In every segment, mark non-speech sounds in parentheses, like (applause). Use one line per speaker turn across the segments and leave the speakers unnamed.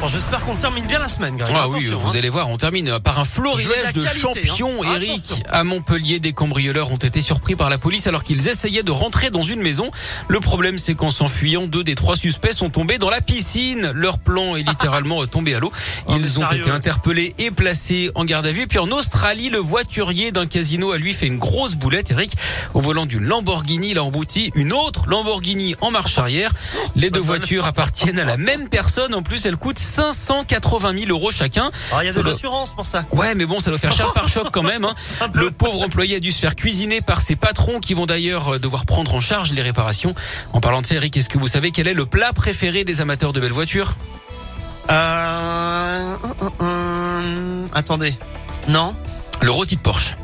Bon, J'espère qu'on termine bien la semaine, Greg.
Ah oui,
Attention,
vous
hein.
allez voir, on termine par un florilège
Jouer de
de
la qualité,
champions,
hein.
Eric.
Attention.
À Montpellier, des cambrioleurs ont été surpris par la police alors qu'ils essayaient de rentrer dans une maison. Le problème, c'est qu'en s'enfuyant, deux des trois suspects sont tombés dans la piscine. Leur plan est
(laughs)
littéralement tombé à l'eau.
Oh, mais
Ils ont
sérieux
été interpellés et placés en garde à vue. Puis en Australie, le voiturier d'un casino a lui fait une grosse boulette, Eric. Au volant d'une Lamborghini, il a embouti une autre Lamborghini en marche arrière. Les deux voitures appartiennent à la même personne. En plus, elles coûtent 580 000 euros chacun.
Alors, Ah, Il y a
Ça
des
doit-
assurances pour ça.
Ouais, mais bon, ça doit faire cher par choc
(laughs)
quand même. hein.
Un peu.
Le pauvre employé a dû se faire cuisiner par ses patrons qui vont d'ailleurs euh, devoir prendre en charge les réparations. En parlant de ça, Eric, est-ce que vous savez quel est le plat préféré des amateurs de belles voitures
Euh... hum, hum, hum. Attendez. Non (laughs)
Le rôti de Porsche.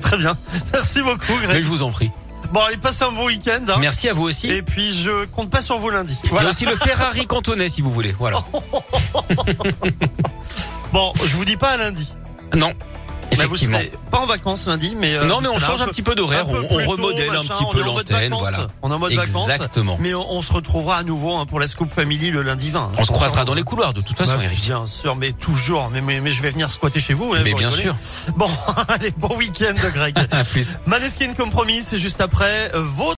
Très bien. Merci beaucoup,
Mais
Greg.
je vous en prie.
Bon, allez, passez un bon week-end. hein.
Merci à vous aussi.
Et puis, je compte pas sur vous lundi.
Il y a
Voilà. Oh.
aussi le Ferrari cantonais si vous voulez. Voilà.
Bon, je vous dis pas à lundi.
Non.
Bah, vous
Effectivement.
serez pas en vacances lundi, mais... euh,
non,
vous
mais on
serez là
change un
peu-
petit peu d'horaire, on,
peu
on
plus tôt,
remodèle un
machin,
petit
on
peu
est en mode
l'antenne,
vacances.
voilà.
On est en mode vacances.
Exactement.
Mais on, on se retrouvera à nouveau hein, pour la Scoop Family le lundi 20. hein.
On se croisera dans les couloirs de toute façon,
Bah,
Eric.
Bien sûr, mais toujours. Mais, mais, mais je vais venir squatter chez vous. hein,
Mais
vous
bien
rigolez.
sûr.
Bon, (laughs) allez, bon week-end, Greg.
(laughs) À plus.
Maneskin, comme promis, c'est juste après euh, votre